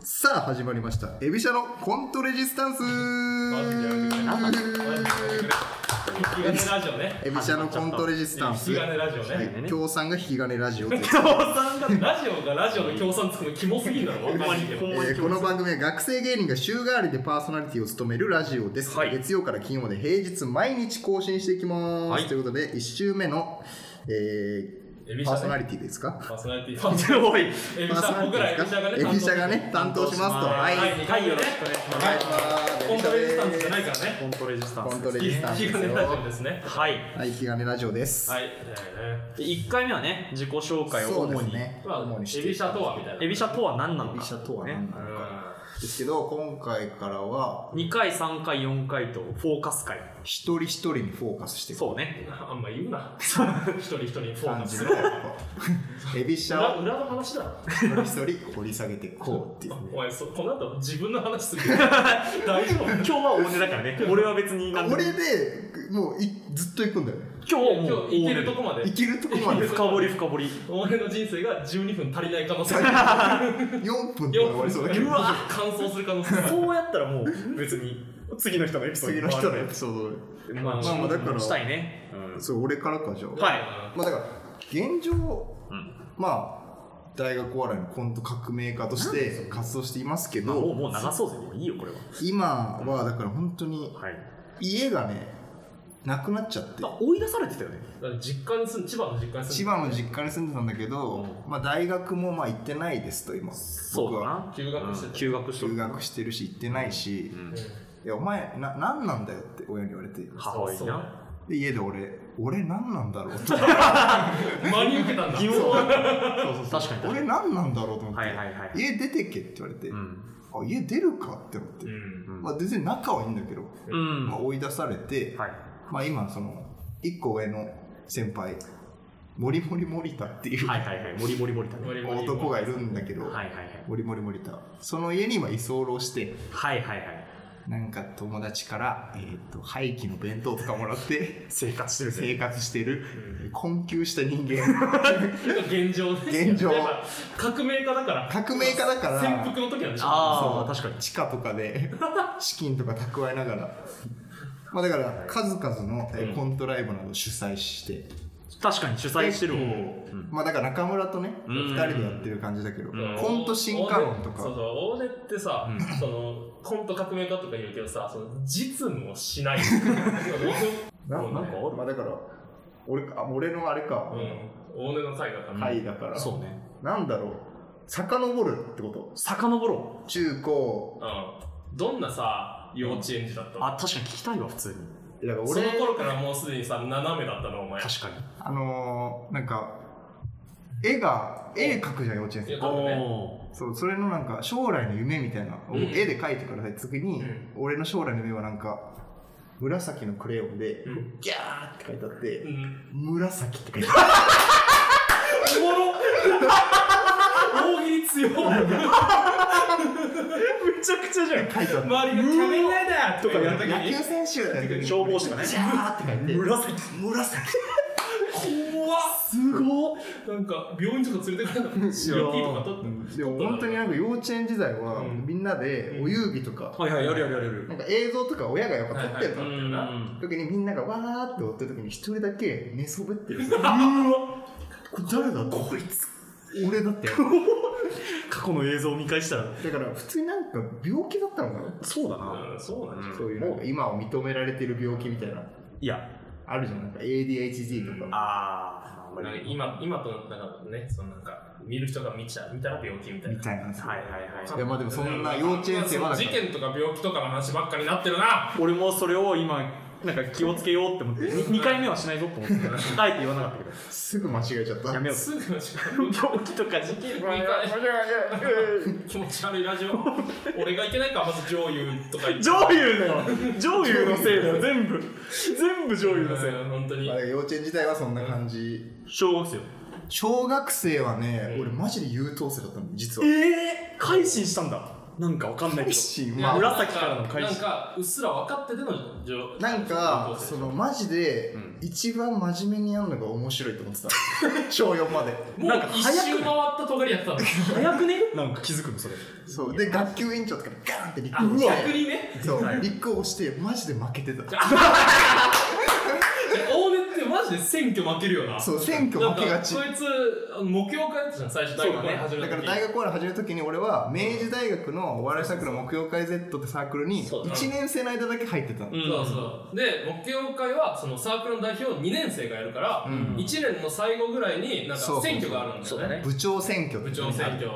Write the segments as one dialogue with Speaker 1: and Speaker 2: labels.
Speaker 1: さあ始まりましたエビシャのコントレジスタンス
Speaker 2: なん
Speaker 3: 引き金ラジオね。
Speaker 1: エビシャのコントレジスタン
Speaker 3: 引
Speaker 1: ス
Speaker 3: き金ラジオ
Speaker 1: は
Speaker 3: ね。
Speaker 1: い協賛が引き金ラジオという、
Speaker 3: 協賛が、ラジオがラジオの協賛つくのキモすぎんだろ、ほんまに。
Speaker 1: えーこの番組は学生芸人が週替わりでパーソナリティを務めるラジオです、
Speaker 3: はい
Speaker 1: 月曜から金曜まで平日毎日更新していきます、
Speaker 2: はい
Speaker 1: ということで1週目の、えー
Speaker 3: エビシャ
Speaker 1: パ
Speaker 3: ね
Speaker 1: ーソナリティですか
Speaker 3: パーソナリティ、パーソナ
Speaker 2: おい
Speaker 3: リティ、
Speaker 1: パーソナリ
Speaker 3: 僕
Speaker 1: テ
Speaker 3: ら
Speaker 1: ィ
Speaker 3: エビシャが
Speaker 1: で
Speaker 3: ね、
Speaker 1: すかエビシャがね担当しますとは
Speaker 3: はいい、2回よね。
Speaker 1: はい
Speaker 3: コントレジスタンスじゃないからね。
Speaker 2: コントレジスタン
Speaker 1: コント
Speaker 2: ス
Speaker 1: レジスタンス
Speaker 3: 引
Speaker 1: で
Speaker 3: き
Speaker 1: す
Speaker 3: 金
Speaker 1: よ
Speaker 3: ラジオですね。
Speaker 2: はい
Speaker 1: はい引き金ラジオです、
Speaker 3: はい。え
Speaker 2: で1回目はね自己紹介を
Speaker 1: そうで
Speaker 2: 主
Speaker 1: す
Speaker 2: に、
Speaker 1: ね
Speaker 3: ーまあ、エビシャとはみたいな。
Speaker 2: エビシャとは何なのか
Speaker 1: エビシャとは何なの
Speaker 3: う
Speaker 1: ですけど今回からは
Speaker 2: 2回3回4回とフォーカス回
Speaker 1: 一人一人にフォーカスしていく
Speaker 2: そうね
Speaker 3: ん。あんま言うな。一人一人にフォー
Speaker 1: 感
Speaker 3: カ
Speaker 1: じ
Speaker 3: ス。
Speaker 1: のエビシ
Speaker 3: 裏
Speaker 1: ャを
Speaker 3: 裏の話だろ。
Speaker 1: 一人一人掘り下げていこうっていうね
Speaker 3: お前、そこの後自分の話する大丈夫
Speaker 2: 今日は大根だからね俺は別に何でも
Speaker 1: 俺でもういずっと行くんだよね
Speaker 2: 今
Speaker 3: 今
Speaker 2: 日はもう
Speaker 3: 日、いけるとこまで
Speaker 1: 行。けるとこまで
Speaker 2: 深掘り深掘り
Speaker 3: お前の人生が12分足りない可 能性
Speaker 1: 4分で終
Speaker 3: 4
Speaker 1: わ
Speaker 3: 分
Speaker 1: りそうだけ
Speaker 2: う
Speaker 1: ど
Speaker 2: わ
Speaker 3: 乾燥する可能性がある
Speaker 2: そうやったらもう別に次の人のエピソード
Speaker 1: 次の人のエピソー
Speaker 2: まあ
Speaker 1: まあまあだから
Speaker 2: したいね、うん
Speaker 1: ドそう俺からかじゃあ
Speaker 2: は
Speaker 1: まあだから現状
Speaker 2: うん
Speaker 1: まあ大学お笑いのコント革命家として活動していますけ
Speaker 2: まあもう
Speaker 1: ど
Speaker 2: もう流そうぜもういいよこれは
Speaker 1: 今はだから本当に
Speaker 2: はい
Speaker 1: 家がねなくなっちゃって
Speaker 2: あ追い出されてたよね
Speaker 3: だから実家に住ん千葉の実家に
Speaker 1: 千
Speaker 3: 住ん
Speaker 1: 葉の実家に住んでたんだけど、
Speaker 2: う
Speaker 1: まあ、大学もまあ行ってないですと今
Speaker 2: そ
Speaker 1: 僕
Speaker 2: うだ
Speaker 1: は
Speaker 2: な
Speaker 3: 休学してた
Speaker 2: うん休学しと
Speaker 1: 留
Speaker 2: る
Speaker 1: 学してるし行ってないし、
Speaker 2: うん
Speaker 3: で
Speaker 1: いやお前な何なんだよって親に言われてで
Speaker 2: 母親にな
Speaker 1: 家で俺俺何なんだろう ってそう
Speaker 3: 真に受けたんだ
Speaker 2: 疑
Speaker 3: そう
Speaker 2: 問は
Speaker 1: そうそう
Speaker 2: 確かに確かに
Speaker 1: 俺何なんだろうと思って、
Speaker 2: はいはいはい
Speaker 1: 家出てけって言われて、
Speaker 2: うん
Speaker 1: あ家出るかって思って、
Speaker 3: うん
Speaker 1: まあ、全然仲はいいんだけど、
Speaker 2: うん
Speaker 1: まあ、追い出されて、
Speaker 2: はい
Speaker 1: まあ、今その1個上の先輩モリモリモリタっていう、
Speaker 2: はいはいはいモリモリモリだね
Speaker 3: モリモリ
Speaker 1: 男がいるんだけど、
Speaker 2: はいはいはい
Speaker 1: モリモリモリタその家に今居候して
Speaker 2: はいはいはい
Speaker 1: なんか友達から、えー、と廃棄の弁当とかもらって
Speaker 2: 生活してるぜ
Speaker 1: 生活してる
Speaker 3: うん
Speaker 1: 困窮した人間
Speaker 3: 現状ですよ
Speaker 1: 現状
Speaker 3: やっぱ革命家だから
Speaker 1: 革命家だから
Speaker 3: 潜伏の時なんでしょ
Speaker 2: ああ
Speaker 1: そう
Speaker 2: 確かに
Speaker 1: 地下とかで資金とか蓄えながらまあだから数々の、えー
Speaker 2: うん
Speaker 1: コントライブなどを主催して、
Speaker 2: 確かに主催してる方
Speaker 3: うん
Speaker 2: うん
Speaker 1: まあだから中村とね
Speaker 2: うん
Speaker 1: 2人でやってる感じだけど、
Speaker 2: うん
Speaker 1: コント進化論と
Speaker 3: そう
Speaker 1: か
Speaker 3: そう俺ってさ、
Speaker 2: うん
Speaker 3: そのコント革命家とか言うけどさその実務をしないその
Speaker 1: な
Speaker 3: そう
Speaker 1: なんかあるまあだから俺かあ俺のあれか、
Speaker 3: うん大根の際だから、
Speaker 1: 会だから、
Speaker 2: そうね
Speaker 1: なんだろう遡るってこと
Speaker 2: 遡ろう
Speaker 1: 中高
Speaker 3: うん、どんなさ幼稚園児だったの
Speaker 2: あ確かに聞きたいわ普通に
Speaker 1: だから
Speaker 3: そ
Speaker 1: 俺
Speaker 3: の頃からもうすでにさ斜めだったのお前
Speaker 2: 確かに
Speaker 1: あのー、なんか絵が絵描くじゃん幼稚園生
Speaker 3: 絵そうだね
Speaker 2: お
Speaker 1: そうそれのなんか将来の夢みたいな、
Speaker 3: うん
Speaker 1: 絵で描いてください次に、
Speaker 3: うん
Speaker 1: 俺の将来の夢はなんか紫のクレヨンで、
Speaker 3: うん
Speaker 1: ギャーって書いてあって、
Speaker 3: うん
Speaker 1: 紫って書いてあっ
Speaker 3: おもろ大喜利強 周り
Speaker 2: ーめちゃくちゃじゃん
Speaker 1: て書いてあって
Speaker 3: が「キャメラだ!」とか やった時
Speaker 1: 野
Speaker 3: に
Speaker 1: 球選手だよ
Speaker 2: 消防士がね
Speaker 1: ギャーって書いて
Speaker 2: 紫
Speaker 1: 紫
Speaker 3: 怖っ
Speaker 2: すごっ
Speaker 3: なんか病院とか連れてかれたの CT とか取っ
Speaker 1: でも本当になんか幼稚園時代は
Speaker 3: うん
Speaker 1: みんなでお遊戯とか、
Speaker 2: はいはいやるやるやるやる
Speaker 1: なんか映像とか親がやっぱ撮ってる
Speaker 3: はいはい
Speaker 2: うんうん
Speaker 1: 時にみんながわーって踊ってる時に一人だけ寝そべってる
Speaker 3: たうわ
Speaker 1: これ誰だこいつ俺だって
Speaker 2: 過去の映像を見返したら
Speaker 1: だから普通になんか病気だったのかな
Speaker 2: そうだ
Speaker 3: うんそうなんだ
Speaker 2: うん
Speaker 1: そういうなんか今は認められてる病気みたいない
Speaker 2: や
Speaker 1: あるじゃんなんか ADHD とか
Speaker 2: あーあんま
Speaker 3: なんか
Speaker 2: り
Speaker 3: 今今となんかねそのなんか見る人が見ちゃ見たら病気みたい
Speaker 1: み
Speaker 3: な
Speaker 1: たいなさ
Speaker 2: はいはいはい
Speaker 1: いやまあでもそんな幼稚園生はだから
Speaker 3: 事件とか病気とかの話ばっかりになってるな
Speaker 2: 俺もそれを今なんか気をつけようって思って2回目はしないぞって思ってあえて言わなかったけど
Speaker 1: すぐ間違えちゃった
Speaker 2: やめよう
Speaker 3: すぐの時間
Speaker 2: 病気とか事件
Speaker 3: 間違
Speaker 2: え
Speaker 3: 気持ち悪いラジオ俺がいけないからまず上優とか言って
Speaker 2: 上優だよ上優のせいだよ全部全部上優のせい
Speaker 3: うん本当に
Speaker 1: まあだから幼稚園時代はそんな感じ
Speaker 2: 小学生
Speaker 1: 小学生はね
Speaker 3: うん
Speaker 1: 俺マジで優等生だったの実は
Speaker 2: ええ改心したんだなんかわかんないけど
Speaker 1: 心
Speaker 2: まあ
Speaker 1: ま
Speaker 2: 紫からの開始
Speaker 3: なんか、うっすら分かってての情
Speaker 1: あなんかそのマジで
Speaker 3: うん
Speaker 1: 一番真面目にやるのが面白いと思ってた 小4まで
Speaker 3: もう
Speaker 2: なんか
Speaker 3: 一
Speaker 2: 早く
Speaker 3: 周回った尖りやってたの。
Speaker 2: 早くねなんか気づくのそれ
Speaker 1: そうで学級委員長とかにガーンって立
Speaker 3: あ
Speaker 1: 候補し
Speaker 3: 逆
Speaker 1: て
Speaker 3: にね。
Speaker 1: そう立候補してマジで負けてた
Speaker 3: 大根ってマジで選挙負けるよな。
Speaker 1: そう選挙負けがち
Speaker 3: なんかこいつ、あの目標会やったじゃん、最初大学ね、始め
Speaker 1: だ
Speaker 3: た
Speaker 1: から
Speaker 3: 時。
Speaker 1: 大学コーラ始めるときに俺は明治大学のお笑いサークルの目標会 Z ってサークルに
Speaker 3: そうだな
Speaker 1: 1年生の間だけ入ってたの、
Speaker 2: うん
Speaker 3: そうそう。で、目標会は、そのサークルの代表2年生がやるから、
Speaker 1: うん
Speaker 3: 1年の最後ぐらいになん
Speaker 1: そうそうそ
Speaker 3: か
Speaker 1: う
Speaker 3: 選挙があるんだよね。
Speaker 2: そうだね
Speaker 1: 部長選挙
Speaker 3: 部長選挙。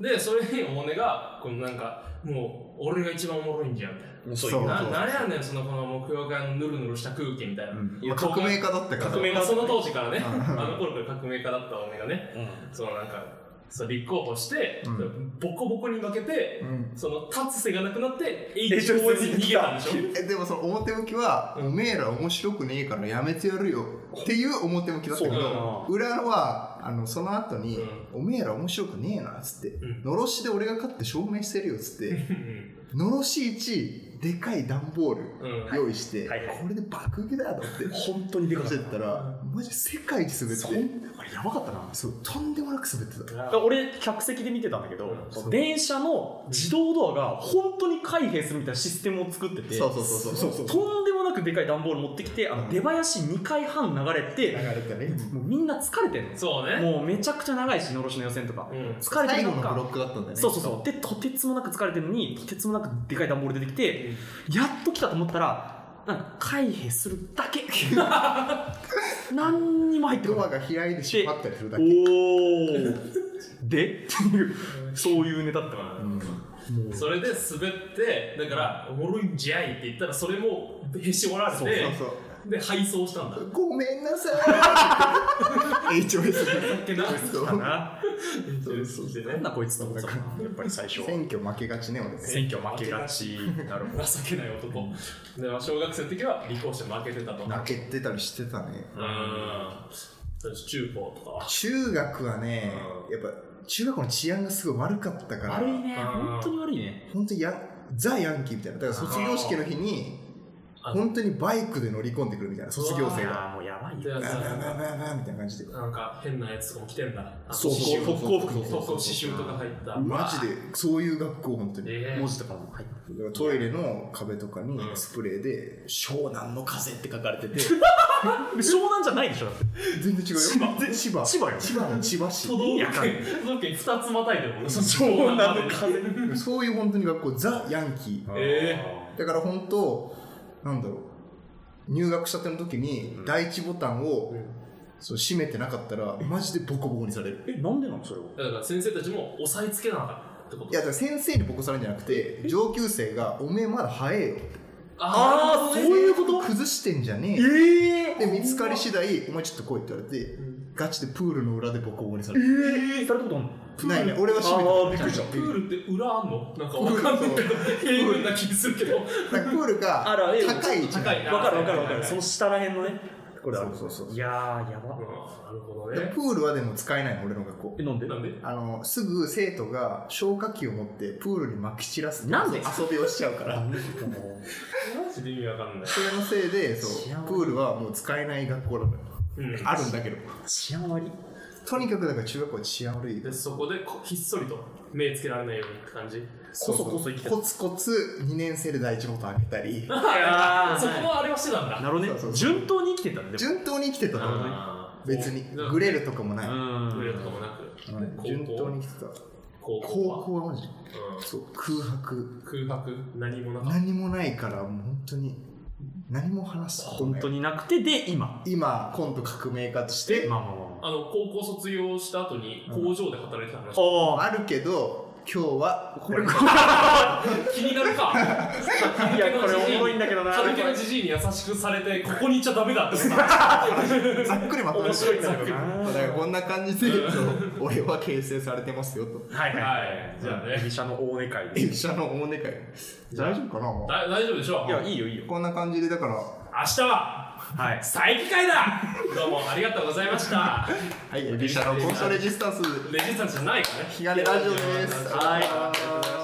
Speaker 3: で、それにおねが、このなんか、もう、俺が一番おもろいんじゃん、みたいな。
Speaker 1: そう
Speaker 2: そう
Speaker 1: そう
Speaker 3: な、なんやねん、そのこの目標会のぬるぬるした空気みたいな。
Speaker 1: うん
Speaker 2: いや
Speaker 1: 革命家だったから
Speaker 2: 革命
Speaker 3: まあその当時からね、
Speaker 1: うん
Speaker 3: あの頃から革命家だったおねがね、そのなんか、そう立候補して、
Speaker 1: うん
Speaker 3: ボコボコに負けて、
Speaker 1: うん
Speaker 3: その立つ瀬がなくなって、
Speaker 2: HOS
Speaker 3: HOS に逃げたんでしょ
Speaker 1: えでもその表向きは、おめえら面白くねえからやめてやるよっていう表向きだったけ
Speaker 2: そうだ
Speaker 1: ど
Speaker 2: な
Speaker 1: 裏はあのその後に、おめえら面白くねえなっつって、
Speaker 3: ん
Speaker 1: のろしで俺が勝って証明してるよっつって
Speaker 3: うん
Speaker 1: のろし1でかい段ボール
Speaker 3: うん
Speaker 1: 用意して、
Speaker 2: はいはい
Speaker 1: これで爆撃だと思って
Speaker 2: 本当にでか
Speaker 1: し
Speaker 2: か
Speaker 1: て
Speaker 2: っ
Speaker 1: ったらマジ世界一滑って
Speaker 2: そん
Speaker 1: あれやばかったなそうとんでもなく滑ってた
Speaker 2: た俺客席で見てたんだけど
Speaker 3: うん
Speaker 2: そう電車の自動ドアが本当に開閉するみたいなシステムを作ってて
Speaker 1: そうそうそうそうそう
Speaker 2: とんでもなくでかい段ボール持ってきてあの出囃子2回半流れ
Speaker 1: 流
Speaker 2: て
Speaker 1: れたね
Speaker 2: もうみんな疲れてんの
Speaker 3: そうね。
Speaker 2: もうめちゃくちゃ長いしのろしの予選とか
Speaker 3: うん
Speaker 2: 疲れて
Speaker 1: 最
Speaker 2: る
Speaker 1: 後
Speaker 2: の
Speaker 1: のブロ
Speaker 2: か
Speaker 1: ックだったんだよね
Speaker 2: そうそうそうでとてつもなく疲れてるのにとてつもなくでかい段ボール出てきてやっと来たと思ったらなんか開閉するだ け何にも入ってこ
Speaker 1: ド
Speaker 2: ない
Speaker 1: アが開いてしまったりするだけ、
Speaker 2: おおでっていうそういうネタだったかな、
Speaker 1: うん
Speaker 2: もう
Speaker 3: それで滑って、だから、おもろいんじゃいって言ったら、それもへし折られて、
Speaker 2: そうそう
Speaker 1: そう
Speaker 3: で、配送したんだ
Speaker 1: そ。うごめんなさ い HOS
Speaker 3: だっけな。
Speaker 1: そう
Speaker 2: かな
Speaker 1: そうそうそう
Speaker 2: なんだこいつと思った
Speaker 1: そ
Speaker 2: なやっぱり最初は
Speaker 1: 選挙負けがちね俺ね
Speaker 2: 選挙負けがちなるほど
Speaker 3: 情けない男。でまあ小学生の時は、離婚して負けてたと。うん。
Speaker 1: 泣けてたりしてたね
Speaker 3: そして中高とかは。
Speaker 1: 中学はねやっぱ中学校の治安がすごい悪かったから
Speaker 2: 悪いね
Speaker 3: うん
Speaker 2: 本当に悪いね
Speaker 1: 本当にやザ・ヤンキーみたいなだから卒業式の日に
Speaker 3: あー
Speaker 1: 本当にバイクで乗り込んでくるみたいな卒業
Speaker 2: い
Speaker 1: 生が
Speaker 2: やーもうやばい
Speaker 3: で
Speaker 2: よ
Speaker 1: バンバン
Speaker 3: さ
Speaker 1: バンバンバンみたいな感じで
Speaker 3: なんか変なやつとかも来てんだ。
Speaker 1: そうそう
Speaker 3: 刺繍
Speaker 1: 特攻服
Speaker 3: 特攻刺繍とか入った。
Speaker 1: マジでそういう学校本当に
Speaker 3: ええ
Speaker 2: 文字とかも入って
Speaker 1: だからトイレの壁とかに
Speaker 3: うん
Speaker 1: スプレーで「湘南の風」って書かれてて
Speaker 2: 湘南じゃないでしょだって
Speaker 1: 全然違うよ
Speaker 2: 千葉
Speaker 1: 全然千葉
Speaker 2: 千葉よ
Speaker 1: 千葉の千葉市
Speaker 3: 都道
Speaker 2: 意味わ
Speaker 3: 府
Speaker 2: かんない
Speaker 3: 県、都道府県2つまたいでるもんね。
Speaker 2: 湘南の風
Speaker 1: そういう本当に学校ザ・ヤンキー
Speaker 3: え
Speaker 1: だから本当なんだろう入学したての時に第一ボタンをそう閉めてなかったらマジでボコボコにされる
Speaker 2: えなんでなのそれは
Speaker 3: だから先生たちも押さえつけなかったってこと
Speaker 1: いやだから先生にボコされるんじゃなくて上級生が「おめえまだ早えよ」
Speaker 2: あ
Speaker 3: なるほど
Speaker 2: ー
Speaker 3: ね
Speaker 2: そういうこと
Speaker 1: 制服崩してんじゃねえよで
Speaker 2: え
Speaker 1: 見つかり次第「お前ちょっと来い」って言われて
Speaker 3: うん
Speaker 1: ガチでプールの裏でボコボコにさ
Speaker 2: え
Speaker 1: れる
Speaker 2: ーされたことあんの
Speaker 1: ないね俺は閉めて
Speaker 2: あーびっくりした
Speaker 3: プールって裏あんのなんかわかんないけど、平分な気するけど。
Speaker 1: なんかプールが
Speaker 2: あらええ
Speaker 1: 高い位置
Speaker 3: 高いな。
Speaker 2: わかるわかる
Speaker 3: は
Speaker 2: わ
Speaker 3: いはい
Speaker 2: かる
Speaker 3: はい
Speaker 2: その下らへんのねこれある
Speaker 1: そうそうそう
Speaker 2: いやーやば
Speaker 3: うんなるほど
Speaker 1: で
Speaker 3: ね。
Speaker 1: プールはでも使えないの俺の学校
Speaker 2: えなんで
Speaker 3: なんで
Speaker 1: あのすぐ生徒が消火器を持ってプールにまき散らす
Speaker 2: なんで
Speaker 1: 遊びをしちゃうから
Speaker 3: マジで意味わかんない。
Speaker 1: それのせい で
Speaker 2: 知
Speaker 1: そ
Speaker 2: ら
Speaker 1: うんプールはもう使えない学校なのよ
Speaker 3: うん
Speaker 1: あるんだけど
Speaker 2: 治安悪い
Speaker 1: とにかくだから中学校は治安悪い
Speaker 3: で、そこでこひっそりと目つけられないようにって感じ。
Speaker 2: こそこそ生きてた
Speaker 1: コツコツ2年生で第一ボタン開けた り
Speaker 2: やー
Speaker 3: そこのあれはしてたん
Speaker 2: な
Speaker 3: だ。
Speaker 2: るほどね
Speaker 1: そうそうそう
Speaker 2: 順当に生きてたんでも
Speaker 1: 順当に生きてたと思うね
Speaker 3: あー
Speaker 1: 別に
Speaker 3: こう
Speaker 1: グレるとかもない、
Speaker 2: うん
Speaker 3: グレとかもなく。
Speaker 1: うん
Speaker 3: 高校
Speaker 1: 順当に生きてた
Speaker 3: 高校
Speaker 1: 高
Speaker 3: は
Speaker 1: 校はマジで
Speaker 3: うん
Speaker 1: そう空白
Speaker 3: 空白何もなかっ
Speaker 1: 何もないからもう本当に何も話すこと
Speaker 2: 本
Speaker 1: ない
Speaker 2: 当になくてで今
Speaker 1: 今今度革命家として
Speaker 2: まあまあまあ
Speaker 3: た
Speaker 2: まあ
Speaker 3: あの高校卒業した後に工場で働いてた話、
Speaker 2: あ
Speaker 1: あるけど今日はこれ
Speaker 3: 気になる か
Speaker 2: ーいやこれおもろいんだけどな
Speaker 3: 家庭のじじいに優しくされてここに行っちゃダメだって 思った
Speaker 1: ざっくりまとめ
Speaker 2: 面
Speaker 1: ま
Speaker 2: 白いん
Speaker 1: し
Speaker 2: だけどな
Speaker 1: ただからこんな感じでそう俺は形成されてますよと
Speaker 2: はいはい
Speaker 3: はいじゃあね
Speaker 2: 飛車の大根会
Speaker 1: 医者の大根会大丈夫かなもう
Speaker 3: だ大丈夫でしょう
Speaker 2: いやいいよいいよ
Speaker 1: こんな感じでだから
Speaker 3: 明日は
Speaker 2: はい
Speaker 3: 再帰会だどうもありがとうございました
Speaker 1: はい医者のコンストレジスタンス
Speaker 3: レジスタンスじゃないからね
Speaker 1: 気兼ねラジオです
Speaker 3: はい
Speaker 1: ありがとうございます